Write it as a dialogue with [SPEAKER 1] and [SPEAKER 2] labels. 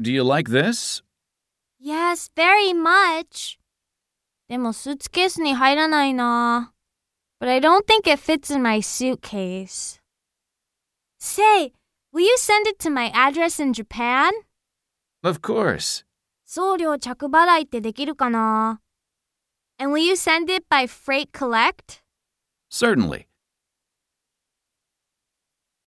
[SPEAKER 1] Do you like this?
[SPEAKER 2] Yes, very much. でもスーツケースに入らないな。But I don't think it fits in my suitcase. Say, will you send it to my address in Japan?
[SPEAKER 1] Of course.
[SPEAKER 2] 送料着払いってできるかな ?And will you send it by freight collect?
[SPEAKER 1] Certainly.